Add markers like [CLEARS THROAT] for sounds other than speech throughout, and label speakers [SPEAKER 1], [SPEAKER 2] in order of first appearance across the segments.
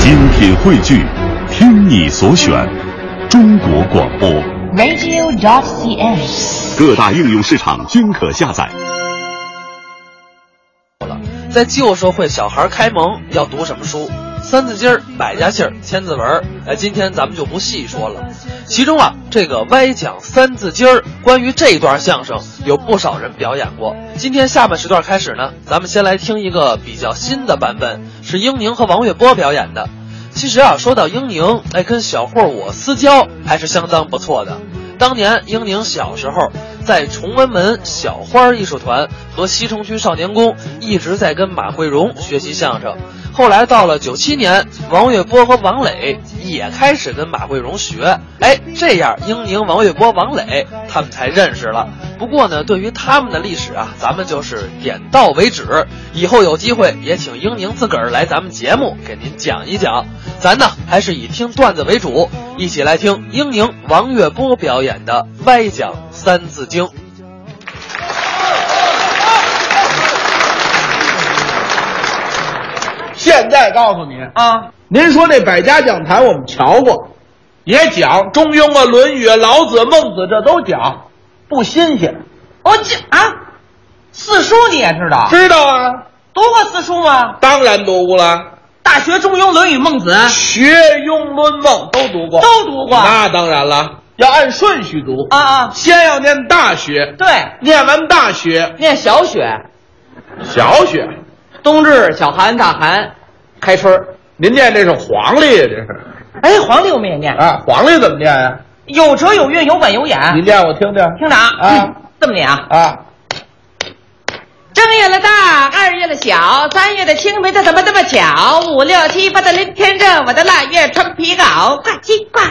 [SPEAKER 1] 精品汇聚，听你所选，中国广播。
[SPEAKER 2] radio.cn。
[SPEAKER 1] 各大应用市场均可下载。
[SPEAKER 3] 在旧社会，小孩开蒙要读什么书？《三字经》《百家姓》《千字文》。哎，今天咱们就不细说了。其中啊，这个歪讲《三字经》，关于这段相声，有不少人表演过。今天下半时段开始呢，咱们先来听一个比较新的版本，是英宁和王月波表演的。其实啊，说到英宁，哎，跟小霍我私交还是相当不错的。当年英宁小时候在崇文门小花艺术团和西城区少年宫一直在跟马慧荣学习相声，后来到了九七年，王月波和王磊也开始跟马慧荣学，哎，这样英宁、王月波、王磊他们才认识了。不过呢，对于他们的历史啊，咱们就是点到为止。以后有机会也请英宁自个儿来咱们节目给您讲一讲。咱呢还是以听段子为主，一起来听英宁、王月波表演的歪讲《三字经》。
[SPEAKER 4] 现在告诉您啊，您说这百家讲坛我们瞧过，也讲《中庸》啊，《论语》啊，《老子》《孟子》这都讲，不新鲜。
[SPEAKER 5] 哦，这啊，四书你也知道？
[SPEAKER 4] 知道啊，
[SPEAKER 5] 读过四书吗？
[SPEAKER 4] 当然读过了，
[SPEAKER 5] 大学《中庸》《论语》《孟子》
[SPEAKER 4] 学庸论孟都读过，
[SPEAKER 5] 都读过。
[SPEAKER 4] 那当然了，要按顺序读
[SPEAKER 5] 啊啊，
[SPEAKER 4] 先要念大学，
[SPEAKER 5] 对，
[SPEAKER 4] 念完大学，
[SPEAKER 5] 念小雪，
[SPEAKER 4] 小学，
[SPEAKER 5] 冬至、小寒、大寒，开春儿。
[SPEAKER 4] 您念这是黄历呀，这是
[SPEAKER 5] 哎，黄历我们也念，
[SPEAKER 4] 啊，黄历怎么念呀、
[SPEAKER 5] 有折有韵，有板有眼。
[SPEAKER 4] 你念我听听
[SPEAKER 5] 听着啊，
[SPEAKER 4] 啊
[SPEAKER 5] 嗯这么念啊，
[SPEAKER 4] 啊，
[SPEAKER 5] 正月了大，二月了小，三月的清明的怎么这么巧？五六七八的临天热，我的腊月穿皮袄，挂鸡挂。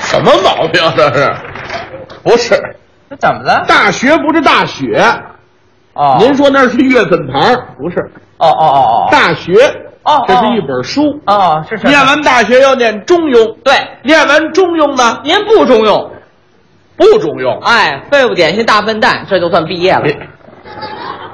[SPEAKER 4] 什么毛病啊这是？不是，
[SPEAKER 5] 这怎么了？
[SPEAKER 4] 大学不是大雪，
[SPEAKER 5] 哦
[SPEAKER 4] 您说那是月份牌儿不是？
[SPEAKER 5] 哦哦哦哦
[SPEAKER 4] 大学，
[SPEAKER 5] 哦
[SPEAKER 4] 这是一本书。
[SPEAKER 5] 哦，是是。
[SPEAKER 4] 念完大学要念中庸，
[SPEAKER 5] 对，
[SPEAKER 4] 念完中庸呢
[SPEAKER 5] 您不中用。
[SPEAKER 4] 不中庸。
[SPEAKER 5] 哎，废物点心大笨蛋，这就算毕业了。
[SPEAKER 4] 哎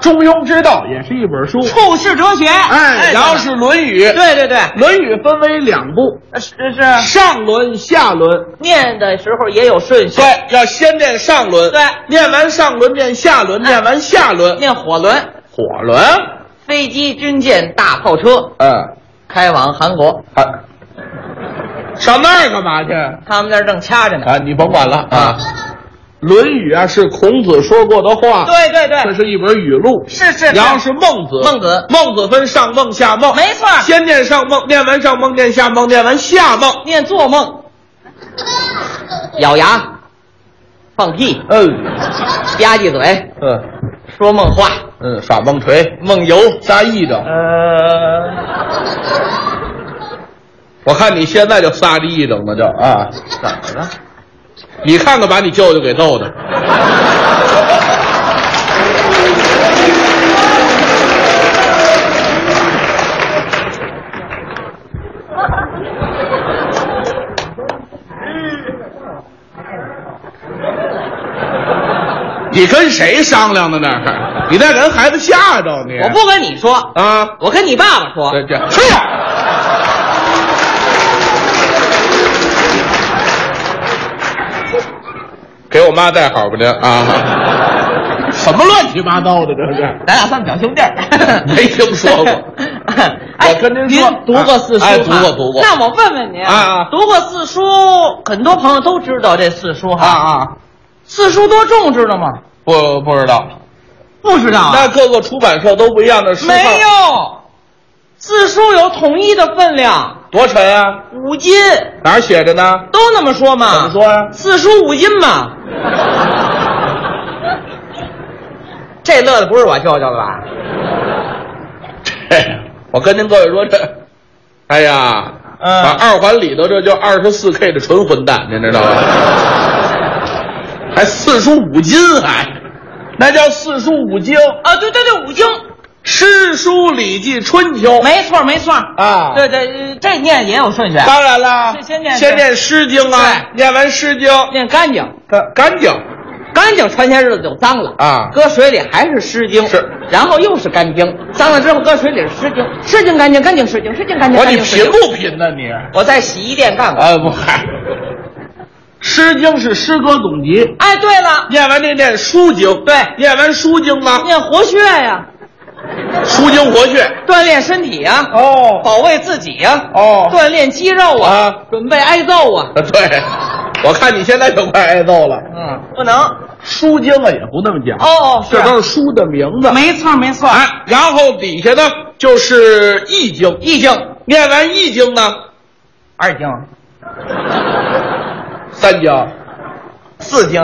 [SPEAKER 4] 中庸之道也是一本书，
[SPEAKER 5] 处世哲学，
[SPEAKER 4] 哎，然后是《论语》，《
[SPEAKER 5] 对对对，
[SPEAKER 4] 论语》分为两部，
[SPEAKER 5] 是是
[SPEAKER 4] 上轮、下轮。
[SPEAKER 5] 念的时候也有顺序，
[SPEAKER 4] 对，要先念上轮，
[SPEAKER 5] 对哎
[SPEAKER 4] 念完上轮念下轮，念完下轮
[SPEAKER 5] 念火轮，
[SPEAKER 4] 火轮。
[SPEAKER 5] 飞机、军舰、大炮车
[SPEAKER 4] 嗯，
[SPEAKER 5] 开往韩国，
[SPEAKER 4] 还上那儿干嘛去？
[SPEAKER 5] 他们那儿正掐着呢。
[SPEAKER 4] 啊，你甭管了啊，《论语啊》是孔子说过的话，
[SPEAKER 5] 对对
[SPEAKER 4] 这
[SPEAKER 5] 对，
[SPEAKER 4] 是一本语录。
[SPEAKER 5] 是是，
[SPEAKER 4] 然后是孟子，
[SPEAKER 5] 孟子
[SPEAKER 4] 孟子分上孟下孟，
[SPEAKER 5] 没错，
[SPEAKER 4] 先念上孟，念完上孟，念下孟，念完下孟。
[SPEAKER 5] 念做梦，咬牙，放屁，
[SPEAKER 4] 嗯
[SPEAKER 5] 吧唧嘴，
[SPEAKER 4] 嗯
[SPEAKER 5] 说梦话，
[SPEAKER 4] 嗯，耍梦锤，
[SPEAKER 5] 梦游，
[SPEAKER 4] 撒癔症。
[SPEAKER 5] 呃，
[SPEAKER 4] 我看你现在就撒着癔症了，就啊，
[SPEAKER 5] 怎么 [LAUGHS] 了？
[SPEAKER 4] 你看看把你舅舅给逗的。你跟谁商量的那是？你在人孩子吓着你？
[SPEAKER 5] 我不跟你说，
[SPEAKER 4] 啊，
[SPEAKER 5] 我跟你爸爸说
[SPEAKER 4] 这。这
[SPEAKER 5] 是啊
[SPEAKER 4] 给我妈带好吧您啊，什么乱七八糟的这是？，
[SPEAKER 5] 咱俩算表兄弟儿
[SPEAKER 4] [LAUGHS] 没听说过
[SPEAKER 5] [LAUGHS] 哎
[SPEAKER 4] 我跟您说
[SPEAKER 5] 读过四书吗
[SPEAKER 4] 哎读过读过
[SPEAKER 5] 那我问问您
[SPEAKER 4] 啊啊
[SPEAKER 5] 读过四书，很多朋友都知道这四书哈。
[SPEAKER 4] 啊！
[SPEAKER 5] 四书多重知道吗？
[SPEAKER 4] 不不知道，
[SPEAKER 5] 不知道啊。
[SPEAKER 4] 那各个出版社都不一样的书号
[SPEAKER 5] 没有，四书有统一的分量，
[SPEAKER 4] 多沉啊，
[SPEAKER 5] 五斤
[SPEAKER 4] 哪儿写着呢？
[SPEAKER 5] 都那么说嘛。
[SPEAKER 4] 怎么说呀、
[SPEAKER 5] 四书五经嘛。 [LAUGHS] 这乐的不是我舅舅了吧？
[SPEAKER 4] 嘿 [LAUGHS] 我跟您各位说这，哎呀，
[SPEAKER 5] 嗯
[SPEAKER 4] 把二环里头这就二十四 K 的纯混蛋，您知道吧？
[SPEAKER 5] [LAUGHS]
[SPEAKER 4] 还四书五经还，那叫四书五经，
[SPEAKER 5] 啊，对对对，五经，
[SPEAKER 4] 诗书礼记春秋。
[SPEAKER 5] 没错没错。
[SPEAKER 4] 啊
[SPEAKER 5] 对对，呃这念也有顺序。
[SPEAKER 4] 当然啦，
[SPEAKER 5] 这先念
[SPEAKER 4] 先念《诗经》啊，念完《诗经》
[SPEAKER 5] 念干净，
[SPEAKER 4] 干干净，
[SPEAKER 5] 干净穿些日子就脏了
[SPEAKER 4] 啊
[SPEAKER 5] 搁水里还是湿巾，
[SPEAKER 4] 是，
[SPEAKER 5] 然后又是干净，脏了之后搁水里是湿巾，湿巾干净，干净湿巾，湿巾干净，
[SPEAKER 4] 我
[SPEAKER 5] 干
[SPEAKER 4] 你
[SPEAKER 5] 净湿
[SPEAKER 4] 贫
[SPEAKER 5] 巾。
[SPEAKER 4] 不贫呢你？
[SPEAKER 5] 我在洗衣店干过。
[SPEAKER 4] 呃，不嗨，《诗经》是诗歌总集，
[SPEAKER 5] 哎，对了，
[SPEAKER 4] 念完这念书经，
[SPEAKER 5] 对
[SPEAKER 4] 念完书经吗？
[SPEAKER 5] 念活血呀、
[SPEAKER 4] 书经活血。
[SPEAKER 5] 锻炼身体呀、
[SPEAKER 4] 哦
[SPEAKER 5] 保卫自己呀、
[SPEAKER 4] 哦
[SPEAKER 5] 锻炼肌肉啊，
[SPEAKER 4] 啊
[SPEAKER 5] 准备挨揍啊。
[SPEAKER 4] [LAUGHS] 对，我看你现在就快挨揍了。
[SPEAKER 5] 嗯，不能。
[SPEAKER 4] 书经啊也不那么讲，
[SPEAKER 5] 哦，
[SPEAKER 4] 这都是书的名字。
[SPEAKER 5] 没错没错。
[SPEAKER 4] 哎，然后底下呢就是《易经》，《
[SPEAKER 5] 易经
[SPEAKER 4] 念完《易经》呢，
[SPEAKER 5] 二经、
[SPEAKER 4] 三经、
[SPEAKER 5] 四经，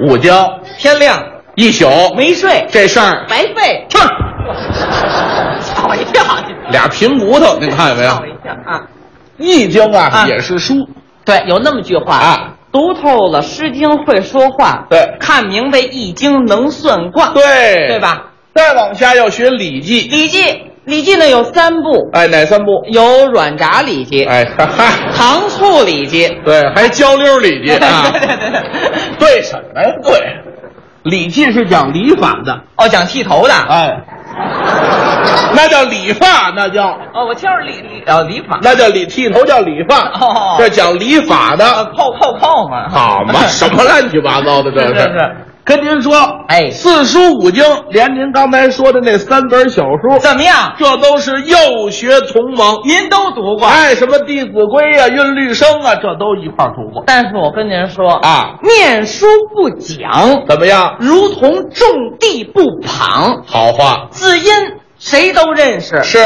[SPEAKER 4] 五经、
[SPEAKER 5] 天亮
[SPEAKER 4] 一宿
[SPEAKER 5] 没睡，
[SPEAKER 4] 这事儿，
[SPEAKER 5] 白费。
[SPEAKER 4] 哼，
[SPEAKER 5] [LAUGHS] 吓我一跳！
[SPEAKER 4] 俩平骨头，您看见没有？
[SPEAKER 5] 吓我一
[SPEAKER 4] 《
[SPEAKER 5] 跳啊！
[SPEAKER 4] 易经啊》
[SPEAKER 5] 啊
[SPEAKER 4] 也是书
[SPEAKER 5] 对，有那么句话
[SPEAKER 4] 啊，
[SPEAKER 5] 读透了《诗经》会说话，
[SPEAKER 4] 对
[SPEAKER 5] 看明白《易经》能算卦，
[SPEAKER 4] 啊对
[SPEAKER 5] 对？吧？
[SPEAKER 4] 再往下要学《礼
[SPEAKER 5] 《
[SPEAKER 4] 记》，
[SPEAKER 5] 礼记》《礼记》呢有三部，
[SPEAKER 4] 哎，哪三部？
[SPEAKER 5] 有软炸《礼记》，
[SPEAKER 4] 哎，哈哈，
[SPEAKER 5] 糖醋《礼记》，
[SPEAKER 4] 对，还交溜《礼记》啊
[SPEAKER 5] [LAUGHS] 对对对对
[SPEAKER 4] 对什么呀？对，《礼记》是讲礼法的，
[SPEAKER 5] 哦，讲剃头的。
[SPEAKER 4] 哎，
[SPEAKER 5] [LAUGHS]
[SPEAKER 4] 那叫理发，那叫
[SPEAKER 5] 哦，我听着理理哦理发，
[SPEAKER 4] 那叫理剃头叫理发，
[SPEAKER 5] 哦
[SPEAKER 4] 这讲理法
[SPEAKER 5] [LAUGHS]
[SPEAKER 4] 的，
[SPEAKER 5] 扣扣扣嘛。
[SPEAKER 4] 好嘛，什么乱七八糟的这
[SPEAKER 5] 是是是。
[SPEAKER 4] 跟您说，
[SPEAKER 5] 哎
[SPEAKER 4] 四书五经，连您刚才说的那三本小书，
[SPEAKER 5] 怎么样？
[SPEAKER 4] 这都是幼学同盟。
[SPEAKER 5] 您都读过，
[SPEAKER 4] 哎，什么《弟子规》啊，《韵律生》啊，这都一块儿读过
[SPEAKER 5] 但是我跟您说，
[SPEAKER 4] 啊？
[SPEAKER 5] 念书不讲，
[SPEAKER 4] 怎么样？
[SPEAKER 5] 如同种地不旁，
[SPEAKER 4] 好话
[SPEAKER 5] 字音谁都认识。
[SPEAKER 4] 是，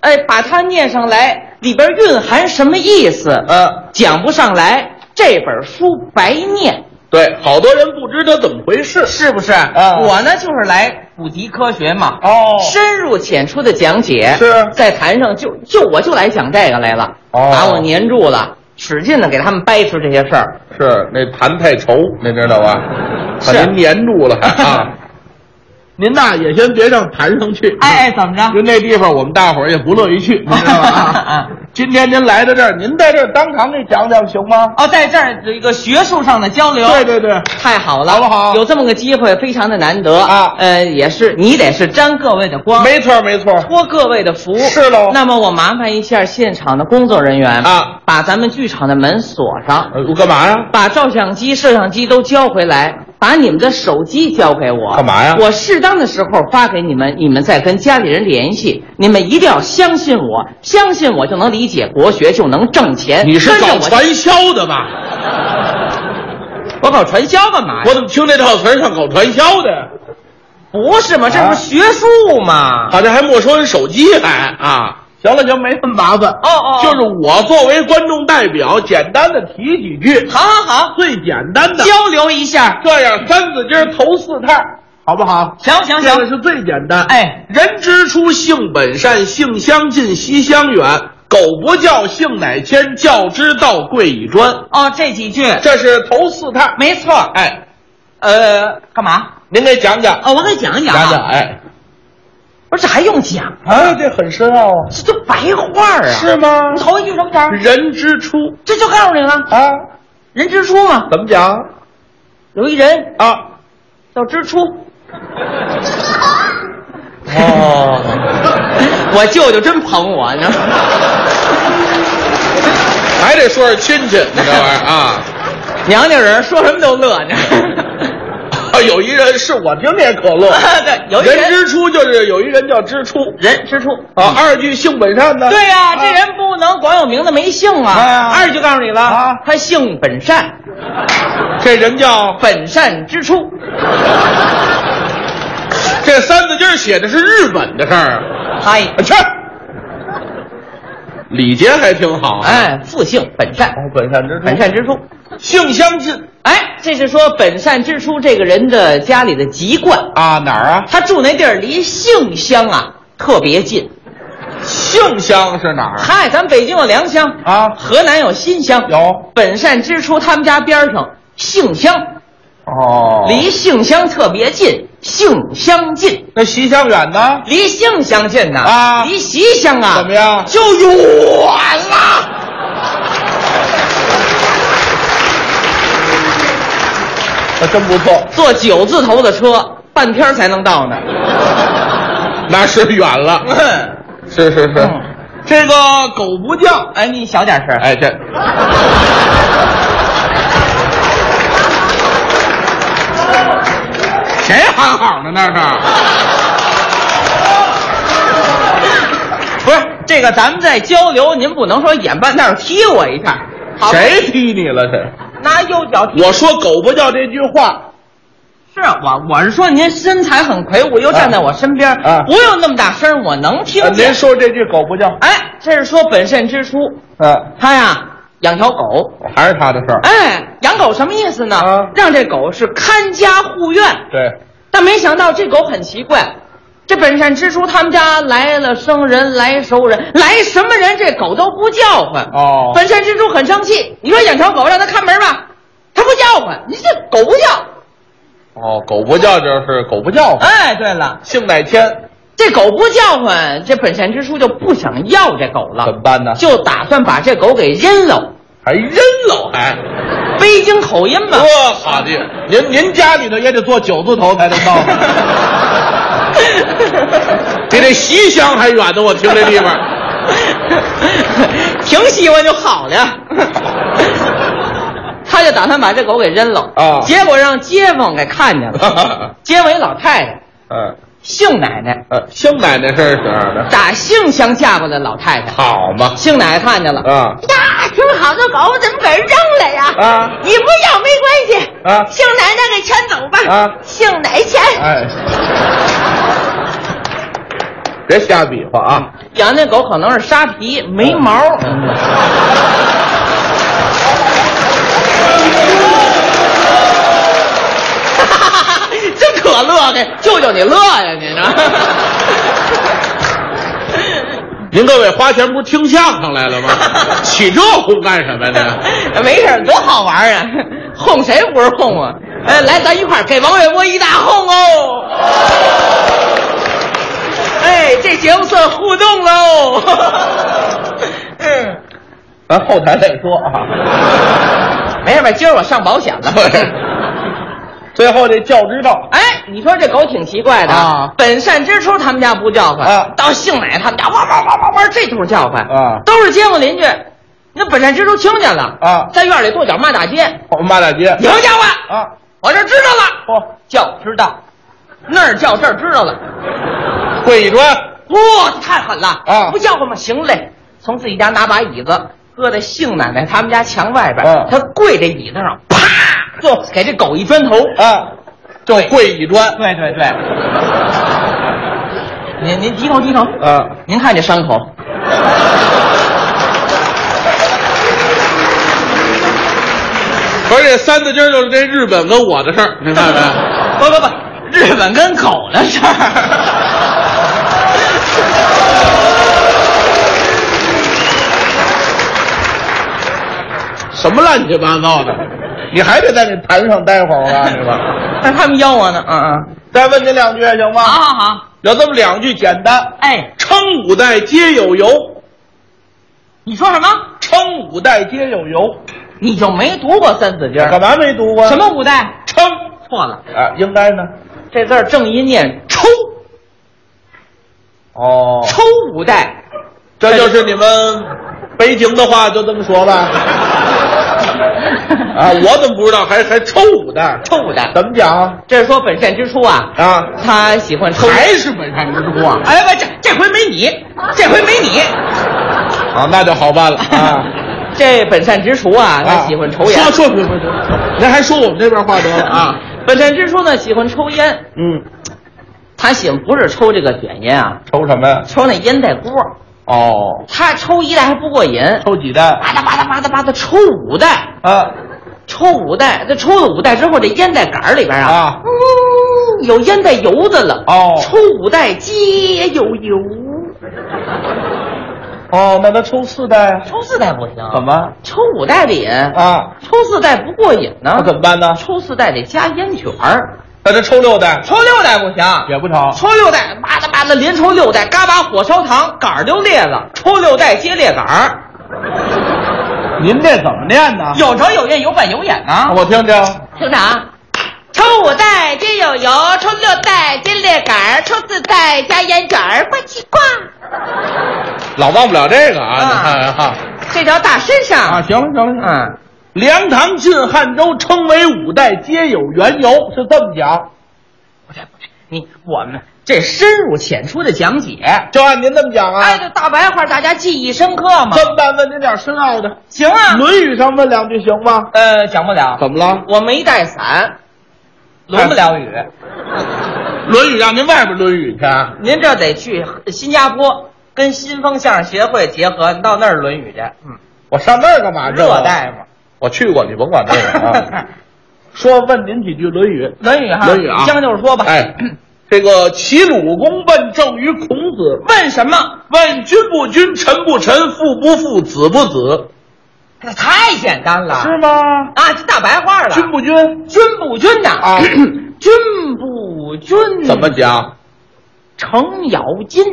[SPEAKER 5] 哎，把它念上来，里边蕴含什么意思？
[SPEAKER 4] 嗯，
[SPEAKER 5] 讲不上来，这本书白念，
[SPEAKER 4] 对，好多人不知道怎么回事。
[SPEAKER 5] 是不是？
[SPEAKER 4] 啊
[SPEAKER 5] 我呢，就是来普及科学嘛。
[SPEAKER 4] 哦
[SPEAKER 5] 深入浅出的讲解，
[SPEAKER 4] 是
[SPEAKER 5] 在坛上就就我就来讲这个来了，
[SPEAKER 4] 哦
[SPEAKER 5] 把我粘住了，使劲的给他们掰扯这些事儿。
[SPEAKER 4] 是那痰太稠，您知道吧？
[SPEAKER 5] 是
[SPEAKER 4] 把您粘住了啊！ [LAUGHS] 您呐也先别上坛上去，
[SPEAKER 5] 哎哎，怎么着？
[SPEAKER 4] 就那地方我们大伙儿也不乐意去，您
[SPEAKER 5] [LAUGHS]
[SPEAKER 4] 知道吧？啊今天您来到这儿，您在这儿当堂给讲讲行吗？
[SPEAKER 5] 哦，在这儿有一个学术上的交流，
[SPEAKER 4] 对对对，
[SPEAKER 5] 太好了，
[SPEAKER 4] 好不好
[SPEAKER 5] 有这么个机会，非常的难得
[SPEAKER 4] 啊
[SPEAKER 5] 呃，也是你得是沾各位的光，
[SPEAKER 4] 没错没错，
[SPEAKER 5] 托各位的福，
[SPEAKER 4] 是喽
[SPEAKER 5] 那么我麻烦一下现场的工作人员
[SPEAKER 4] 啊，
[SPEAKER 5] 把咱们剧场的门锁上，
[SPEAKER 4] 呃我干嘛呀？
[SPEAKER 5] 把照相机、摄像机都交回来，把你们的手机交给我。
[SPEAKER 4] 干嘛呀
[SPEAKER 5] 我适当的时候发给你们，你们再跟家里人联系。你们一定要相信我，相信我就能理解国学，就能挣钱。
[SPEAKER 4] 你是
[SPEAKER 5] 跟着
[SPEAKER 4] 搞
[SPEAKER 5] 我
[SPEAKER 4] 传销的吧？
[SPEAKER 5] [LAUGHS] 我搞传销干嘛呀？
[SPEAKER 4] 我怎么听这套词儿像搞传销的呀？
[SPEAKER 5] 不是嘛，这不
[SPEAKER 4] 啊
[SPEAKER 5] 是学术嘛？
[SPEAKER 4] 好像还没收人手机还啊？行了行，没那么麻烦。
[SPEAKER 5] 哦哦
[SPEAKER 4] 就是我作为观众代表，简单的提几句，
[SPEAKER 5] 好好好，
[SPEAKER 4] 最简单的。
[SPEAKER 5] 交流一下。
[SPEAKER 4] 这样三字经儿头四趟，好不好？
[SPEAKER 5] 行行
[SPEAKER 4] 这个
[SPEAKER 5] 行，
[SPEAKER 4] 是最简单。，
[SPEAKER 5] 哎，
[SPEAKER 4] 人之初，性本善，性相近，习相远。苟不教，性乃迁。教之道，贵以专。
[SPEAKER 5] 哦，这几句
[SPEAKER 4] 这是头四趟。
[SPEAKER 5] 没错。
[SPEAKER 4] 哎，
[SPEAKER 5] 呃，干嘛？
[SPEAKER 4] 您给讲讲，
[SPEAKER 5] 哦，我给讲讲
[SPEAKER 4] 讲讲。
[SPEAKER 5] 啊。
[SPEAKER 4] 哎，
[SPEAKER 5] 不是，这还用讲？
[SPEAKER 4] 啊，这很深奥啊，
[SPEAKER 5] 这都白话啊。
[SPEAKER 4] 是吗？
[SPEAKER 5] 你头一句什么讲？
[SPEAKER 4] 人之初
[SPEAKER 5] 这就告诉你了，
[SPEAKER 4] 啊，
[SPEAKER 5] 人之初嘛，
[SPEAKER 4] 怎么讲
[SPEAKER 5] 有一人
[SPEAKER 4] 啊？
[SPEAKER 5] 叫支出。
[SPEAKER 4] 哦， [LAUGHS]
[SPEAKER 5] 我舅舅真捧我呢。
[SPEAKER 4] 还得说是亲戚，你这玩意儿
[SPEAKER 5] [LAUGHS]
[SPEAKER 4] 啊。
[SPEAKER 5] 娘家人说什么都乐呢。
[SPEAKER 4] 啊有一人是我听着也可乐，
[SPEAKER 5] 对， [LAUGHS] 有一
[SPEAKER 4] 哦人
[SPEAKER 5] 人
[SPEAKER 4] 之初就是有一人叫支出
[SPEAKER 5] 人支出。
[SPEAKER 4] 啊，二句性本善 [LAUGHS] 呢。
[SPEAKER 5] 对呀、这人不能光有名字没姓啊。
[SPEAKER 4] 啊哎呀
[SPEAKER 5] 二就告诉你了，
[SPEAKER 4] 啊
[SPEAKER 5] 他性本善，
[SPEAKER 4] 这人叫
[SPEAKER 5] 本善之出。
[SPEAKER 4] 这三字经儿写的是日本的事儿
[SPEAKER 5] 嗨，
[SPEAKER 4] 啊，去。礼节还挺好，，啊
[SPEAKER 5] 哎，父性本善，
[SPEAKER 4] 本善之
[SPEAKER 5] 本善之出。
[SPEAKER 4] 性相近
[SPEAKER 5] 哎，这是说本善之出这个人的家里的籍贯，
[SPEAKER 4] 啊，哪儿啊？
[SPEAKER 5] 他住那地儿离杏乡啊特别近。
[SPEAKER 4] 性相是哪儿
[SPEAKER 5] 嗨，咱们北京有良乡
[SPEAKER 4] 啊
[SPEAKER 5] 河南有新乡，
[SPEAKER 4] 有
[SPEAKER 5] 本善之初，他们家边上杏乡，
[SPEAKER 4] 哦
[SPEAKER 5] 离杏乡特别近，杏乡近，
[SPEAKER 4] 那习相远呢？
[SPEAKER 5] 离杏乡近呐，
[SPEAKER 4] 啊
[SPEAKER 5] 离习乡啊，
[SPEAKER 4] 怎么样
[SPEAKER 5] 就远了。
[SPEAKER 4] 还啊真不错，
[SPEAKER 5] 坐九字头的车，半天儿才能到呢。
[SPEAKER 4] 那是远了。
[SPEAKER 5] [LAUGHS]
[SPEAKER 4] 是是是，
[SPEAKER 5] 嗯这个狗不叫，哎，你小点声。
[SPEAKER 4] 哎这，谁喊好呢？那是
[SPEAKER 5] 不是这个，咱们在交流，您不能说演半道儿踢我一下。好
[SPEAKER 4] 谁踢你了？这
[SPEAKER 5] 拿右脚踢？
[SPEAKER 4] 我说狗不叫这句话，
[SPEAKER 5] 是啊我，我是说您身材很魁梧，又站在我身边，
[SPEAKER 4] 啊
[SPEAKER 5] 不用那么大声，我能听
[SPEAKER 4] 呃
[SPEAKER 5] 见。
[SPEAKER 4] 您说这句狗不叫，
[SPEAKER 5] 哎，这是说本县支出，
[SPEAKER 4] 嗯，
[SPEAKER 5] 他呀养条狗，
[SPEAKER 4] 还是他的事儿。
[SPEAKER 5] 哎，养狗什么意思呢？
[SPEAKER 4] 啊
[SPEAKER 5] 让这狗是看家护院。
[SPEAKER 4] 对，
[SPEAKER 5] 但没想到这狗很奇怪，这本善支书他们家来了生人，来熟人，来什么人这狗都不叫唤。
[SPEAKER 4] 哦
[SPEAKER 5] 本善支书很生气，你说养条狗让它看门吧，它不叫唤，你这狗不叫。
[SPEAKER 4] 哦，狗不叫就是狗不叫，
[SPEAKER 5] 哎，对了，
[SPEAKER 4] 姓乃天，
[SPEAKER 5] 这狗不叫唤，这本善支书就不想要这狗
[SPEAKER 4] 怎么
[SPEAKER 5] 了，
[SPEAKER 4] 办呢？
[SPEAKER 5] 就打算把这狗给扔了。
[SPEAKER 4] 还扔了还。
[SPEAKER 5] 北京口音嘛，
[SPEAKER 4] 这好的，您您家里头也得坐九字头才能 [LAUGHS] 到，比这西厢还远呢。我听这地方，
[SPEAKER 5] [LAUGHS] 挺喜欢就好了。 [LAUGHS] 他就打算把这狗给扔了
[SPEAKER 4] 啊。
[SPEAKER 5] 结果让街坊给看见了
[SPEAKER 4] [LAUGHS]
[SPEAKER 5] 街坊一老太太，
[SPEAKER 4] [LAUGHS] 嗯
[SPEAKER 5] 姓奶奶，
[SPEAKER 4] 呃，邢奶奶是这样的，
[SPEAKER 5] 打姓乡嫁过来老太太，
[SPEAKER 4] 好嘛，
[SPEAKER 5] 姓奶奶看见了，
[SPEAKER 4] 啊
[SPEAKER 5] 呀，挺好的狗，怎么给人扔了呀？
[SPEAKER 4] 啊
[SPEAKER 5] 你不要没关系，
[SPEAKER 4] 啊
[SPEAKER 5] 姓奶奶给牵走吧，
[SPEAKER 4] 啊
[SPEAKER 5] 姓奶钱。
[SPEAKER 4] 哎，别瞎比划啊！
[SPEAKER 5] 养那狗可能是沙皮，没毛。 [LAUGHS] 真可乐嘿，救救你乐呀！你这，
[SPEAKER 4] 您各位花钱不是听相声来 [LAUGHS] 了吗？起这哄干什么呢？
[SPEAKER 5] 没事儿，多好玩儿啊！哄谁不是哄啊？哎，来，咱一块儿给王月波一大哄哦！哎，这节目算互动喽。嗯。
[SPEAKER 4] 咱后台再说啊。
[SPEAKER 5] [LAUGHS] 没事吧？今儿我上保险
[SPEAKER 4] [LAUGHS]
[SPEAKER 5] 了。
[SPEAKER 4] 最后这教之道，
[SPEAKER 5] 哎，你说这狗挺奇怪的
[SPEAKER 4] 啊
[SPEAKER 5] 本善之初他们家不叫唤，
[SPEAKER 4] 啊
[SPEAKER 5] 到杏奶他们家汪汪汪汪汪这头叫唤，
[SPEAKER 4] 啊
[SPEAKER 5] 都是街坊邻居。那本善之初听见了
[SPEAKER 4] 啊
[SPEAKER 5] 在院里跺脚骂大街，
[SPEAKER 4] 我们骂大街
[SPEAKER 5] 有家伙，
[SPEAKER 4] 啊！哦
[SPEAKER 5] 我这知道了，
[SPEAKER 4] 嚯，
[SPEAKER 5] 叫知道，那儿叫这儿知道了，
[SPEAKER 4] 跪一砖。
[SPEAKER 5] 哇、太狠了
[SPEAKER 4] 啊
[SPEAKER 5] 不叫唤吗？行嘞，从自己家拿把椅子搁在杏奶奶他们家墙外边，
[SPEAKER 4] 嗯
[SPEAKER 5] 他跪在椅子上，啪，就给这狗一砖头，
[SPEAKER 4] 啊，对，跪一砖，
[SPEAKER 5] 对对对，您您低头低头，
[SPEAKER 4] 啊，
[SPEAKER 5] 您看这伤口，
[SPEAKER 4] 不是这三字经儿就是这日本跟我的事儿，您看没？ [LAUGHS]
[SPEAKER 5] 不不不，日本跟狗的事儿。
[SPEAKER 4] 什么乱七八糟的，你还得在这坛上待会儿啊， [LAUGHS] 是吧？
[SPEAKER 5] 但他们要我呢，嗯嗯，
[SPEAKER 4] 再问您两句行吗？
[SPEAKER 5] 好好好，
[SPEAKER 4] 有这么两句简单，
[SPEAKER 5] 哎，
[SPEAKER 4] 称五代皆有由，
[SPEAKER 5] 你说什么？
[SPEAKER 4] 称五代皆有由，
[SPEAKER 5] 你就没读过《三字经》？
[SPEAKER 4] 干嘛没读过？
[SPEAKER 5] 什么五代？
[SPEAKER 4] 称？
[SPEAKER 5] 错了，
[SPEAKER 4] 啊，应该呢。
[SPEAKER 5] 这字儿正音念抽，
[SPEAKER 4] 哦
[SPEAKER 5] 抽五代。
[SPEAKER 4] 这就是你们北京的话，就这么
[SPEAKER 5] [LAUGHS]
[SPEAKER 4] 说吧。啊，我怎么不知道？还还抽五代？
[SPEAKER 5] 抽五代，
[SPEAKER 4] 怎么讲
[SPEAKER 5] 这是说本县之初啊，
[SPEAKER 4] 啊？
[SPEAKER 5] 他喜欢抽。
[SPEAKER 4] 还是本山之初啊？
[SPEAKER 5] 哎，不，这这回没你，这回没你。
[SPEAKER 4] 啊，那就好办了啊！ [LAUGHS]
[SPEAKER 5] 这本善之厨啊，他喜欢抽烟。
[SPEAKER 4] 说说说说说，您还说我们这边话多了啊？
[SPEAKER 5] 本善之厨呢喜欢抽烟，
[SPEAKER 4] [LAUGHS] 嗯，
[SPEAKER 5] 他喜欢不是抽这个卷烟啊，
[SPEAKER 4] 抽什么呀？
[SPEAKER 5] 抽那烟袋锅。
[SPEAKER 4] 哦，
[SPEAKER 5] 他抽一袋还不过瘾，
[SPEAKER 4] 抽几袋？
[SPEAKER 5] 吧嗒吧嗒吧嗒吧嗒抽五袋，
[SPEAKER 4] 啊，
[SPEAKER 5] 抽五袋。这抽了五袋之后，这烟袋杆儿里边啊，
[SPEAKER 4] 啊
[SPEAKER 5] 嗯有烟袋油子了。
[SPEAKER 4] 哦
[SPEAKER 5] 抽五袋皆有油，
[SPEAKER 4] 哦，那他抽四袋啊？
[SPEAKER 5] 抽四袋不行，
[SPEAKER 4] 怎？么
[SPEAKER 5] 抽五袋的瘾，
[SPEAKER 4] 啊？
[SPEAKER 5] 抽四袋不过瘾呢
[SPEAKER 4] 那。怎么办呢？
[SPEAKER 5] 抽四袋得加烟卷儿，
[SPEAKER 4] 那他抽六袋
[SPEAKER 5] 抽六袋不行，
[SPEAKER 4] 也不成。
[SPEAKER 5] 抽六袋，吧嗒吧嗒，连抽六袋，嘎巴火烧糖，杆儿就裂了，抽六袋接裂杆
[SPEAKER 4] 啊
[SPEAKER 5] 儿，
[SPEAKER 4] 您这怎么念呢？
[SPEAKER 5] 有辙有韵，有板有眼啊！
[SPEAKER 4] 我听听。
[SPEAKER 5] 听着啊，抽五袋皆有油，抽六袋皆裂杆儿，抽四袋加烟卷儿，呱唧呱。
[SPEAKER 4] 老忘不了这个啊！
[SPEAKER 5] 啊
[SPEAKER 4] 你看哈
[SPEAKER 5] 这条大身上
[SPEAKER 4] 啊，行了行了，行了
[SPEAKER 5] 嗯，
[SPEAKER 4] 梁唐晋汉周称为五代，皆有缘由，是这么讲。
[SPEAKER 5] 你我们这深入浅出的讲解，
[SPEAKER 4] 就按您这么讲啊。
[SPEAKER 5] 哎，这大白话大家记忆深刻嘛。
[SPEAKER 4] 这么办？问您点深奥的，
[SPEAKER 5] 行啊，
[SPEAKER 4] 《论语》上问两句行吗？
[SPEAKER 5] 呃，讲不了，
[SPEAKER 4] 怎么了？
[SPEAKER 5] 我没带伞，轮不了雨。
[SPEAKER 4] 《哎论语》让您外边《论语》去啊。
[SPEAKER 5] 您这得去新加坡，跟新风相声协会结合，到那儿《论语》去。嗯，
[SPEAKER 4] 我上那儿干嘛？啊
[SPEAKER 5] 热带嘛，
[SPEAKER 4] 我去过，你甭管这个
[SPEAKER 5] [LAUGHS]
[SPEAKER 4] 啊。说问您几句《论语》。
[SPEAKER 5] 《论语》哈，
[SPEAKER 4] 论语》啊，
[SPEAKER 5] 将就是说吧。 [CLEARS THROAT]
[SPEAKER 4] 哎，这个齐鲁公问政于孔子，
[SPEAKER 5] 问什么？
[SPEAKER 4] 问君不君，臣不臣，父不父，子不子，
[SPEAKER 5] 那太简单了，
[SPEAKER 4] 吗？
[SPEAKER 5] 啊，这大白话了。
[SPEAKER 4] 君不君
[SPEAKER 5] 君不君呐，
[SPEAKER 4] 啊
[SPEAKER 5] [CLEARS THROAT] 君不君
[SPEAKER 4] 怎么讲？
[SPEAKER 5] 程咬金？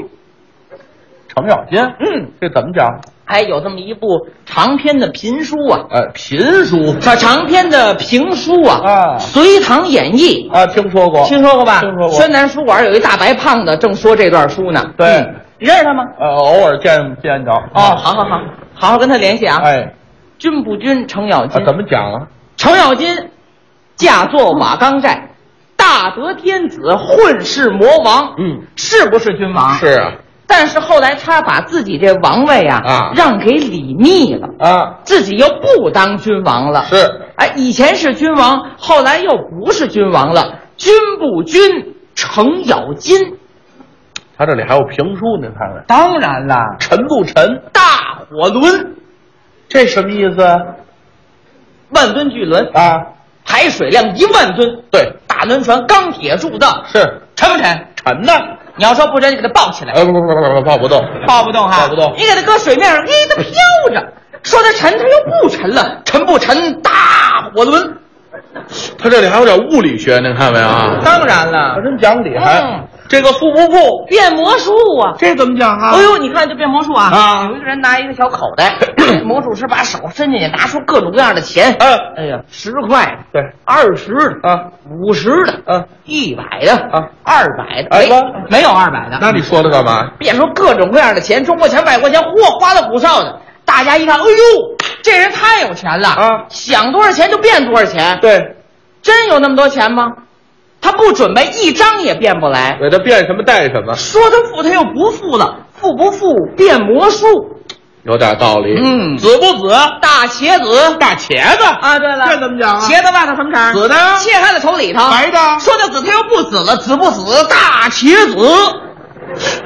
[SPEAKER 4] 程咬金，
[SPEAKER 5] 嗯，
[SPEAKER 4] 这怎么讲？
[SPEAKER 5] 哎，有这么一部长篇的评书啊，
[SPEAKER 4] 呃，贫书
[SPEAKER 5] 这长篇的评书啊，
[SPEAKER 4] 啊
[SPEAKER 5] 隋唐演义》，
[SPEAKER 4] 啊，听说过，
[SPEAKER 5] 听说过吧？
[SPEAKER 4] 听说过
[SPEAKER 5] 宣南书馆有一大白胖子，正说这段书呢。
[SPEAKER 4] 对
[SPEAKER 5] 嗯你认识他吗？
[SPEAKER 4] 呃，偶尔见见着。
[SPEAKER 5] 哦，好好好，好好跟他联系啊。
[SPEAKER 4] 哎，
[SPEAKER 5] 君不君，程咬
[SPEAKER 4] 啊
[SPEAKER 5] 金。
[SPEAKER 4] 怎么讲啊？
[SPEAKER 5] 程咬金嫁作瓦岗寨，大德天子，混世魔王。
[SPEAKER 4] 嗯，
[SPEAKER 5] 是不是君王？
[SPEAKER 4] 是。啊，
[SPEAKER 5] 但是后来他把自己这王位啊，
[SPEAKER 4] 啊
[SPEAKER 5] 让给李密了，
[SPEAKER 4] 啊，
[SPEAKER 5] 自己又不当君王了。
[SPEAKER 4] 是
[SPEAKER 5] 哎，以前是君王，后来又不是君王了。君不君，程咬金。
[SPEAKER 4] 他这里还有评书，您看看，
[SPEAKER 5] 当然啦，
[SPEAKER 4] 臣不臣，
[SPEAKER 5] 大火轮，
[SPEAKER 4] 这什么意思
[SPEAKER 5] 万吨巨轮，
[SPEAKER 4] 啊？
[SPEAKER 5] 排水量一万吨，
[SPEAKER 4] 对，
[SPEAKER 5] 大轮船钢铁铸造，
[SPEAKER 4] 是
[SPEAKER 5] 沉不沉？
[SPEAKER 4] 臣呢？
[SPEAKER 5] 你要说不沉，你给它抱起来，
[SPEAKER 4] 呃，不不不不不，抱不动，
[SPEAKER 5] 抱不动哈，啊
[SPEAKER 4] 抱不动
[SPEAKER 5] 你给它搁水面上，哎，它飘着。说它沉，它又不沉了，沉不沉？大火轮。
[SPEAKER 4] 他这里还有点物理学，您看没有啊？
[SPEAKER 5] 当然
[SPEAKER 4] 还
[SPEAKER 5] 了，
[SPEAKER 4] 真讲理，还
[SPEAKER 5] 嗯
[SPEAKER 4] 这个富不富，
[SPEAKER 5] 变魔术啊！
[SPEAKER 4] 这怎么讲啊
[SPEAKER 5] 哎呦，你看这变魔术啊！
[SPEAKER 4] 啊
[SPEAKER 5] 有一个人拿一个小口
[SPEAKER 4] [CLEARS THROAT]
[SPEAKER 5] 袋，魔术师把手伸进去，拿出各种各样的钱。
[SPEAKER 4] 嗯
[SPEAKER 5] 哎呀，十块，
[SPEAKER 4] 对，
[SPEAKER 5] 二十的，
[SPEAKER 4] 啊，
[SPEAKER 5] 五十的，
[SPEAKER 4] 嗯，
[SPEAKER 5] 一百的，
[SPEAKER 4] 啊，
[SPEAKER 5] 二百的，没
[SPEAKER 4] 哎不
[SPEAKER 5] 没有二百的，
[SPEAKER 4] 那你说它干嘛？
[SPEAKER 5] 变出各种各样的钱，中国钱、外国钱，嚯，花里胡哨的。大家一看，哎呦，这人太有钱了
[SPEAKER 4] 啊
[SPEAKER 5] 想多少钱就变多少钱，
[SPEAKER 4] 对，
[SPEAKER 5] 真有那么多钱吗？他不准备一张也变不来。
[SPEAKER 4] 给它变什么带什么，
[SPEAKER 5] 说他富，他又不富了，富不富变魔术。
[SPEAKER 4] 有点道理。
[SPEAKER 5] 嗯
[SPEAKER 4] 子不子，
[SPEAKER 5] 大茄子，
[SPEAKER 4] 大茄子
[SPEAKER 5] 啊，对了，
[SPEAKER 4] 这怎么讲啊
[SPEAKER 5] 茄子外头什么色儿？
[SPEAKER 4] 紫的
[SPEAKER 5] 切开了瞅里头，
[SPEAKER 4] 白的
[SPEAKER 5] 说到紫，他又不紫了，紫不紫？大茄子。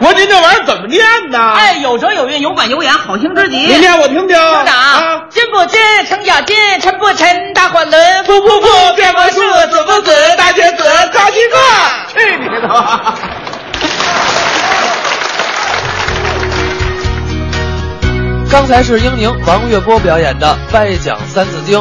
[SPEAKER 4] 我说您这玩意儿怎么念呢？，
[SPEAKER 5] 哎，有辙有韵，有板有眼，好听之极。
[SPEAKER 4] 您念我听听。
[SPEAKER 5] 听着啊
[SPEAKER 4] 啊，，
[SPEAKER 5] 君不君，程咬金，臣不臣，大火轮，
[SPEAKER 4] 不不不，变魔术，子不子，大茄子，
[SPEAKER 3] 哎
[SPEAKER 4] 大西瓜。
[SPEAKER 5] 去你的！
[SPEAKER 3] 刚才是英宁、王月波表演的《歪讲三字经》，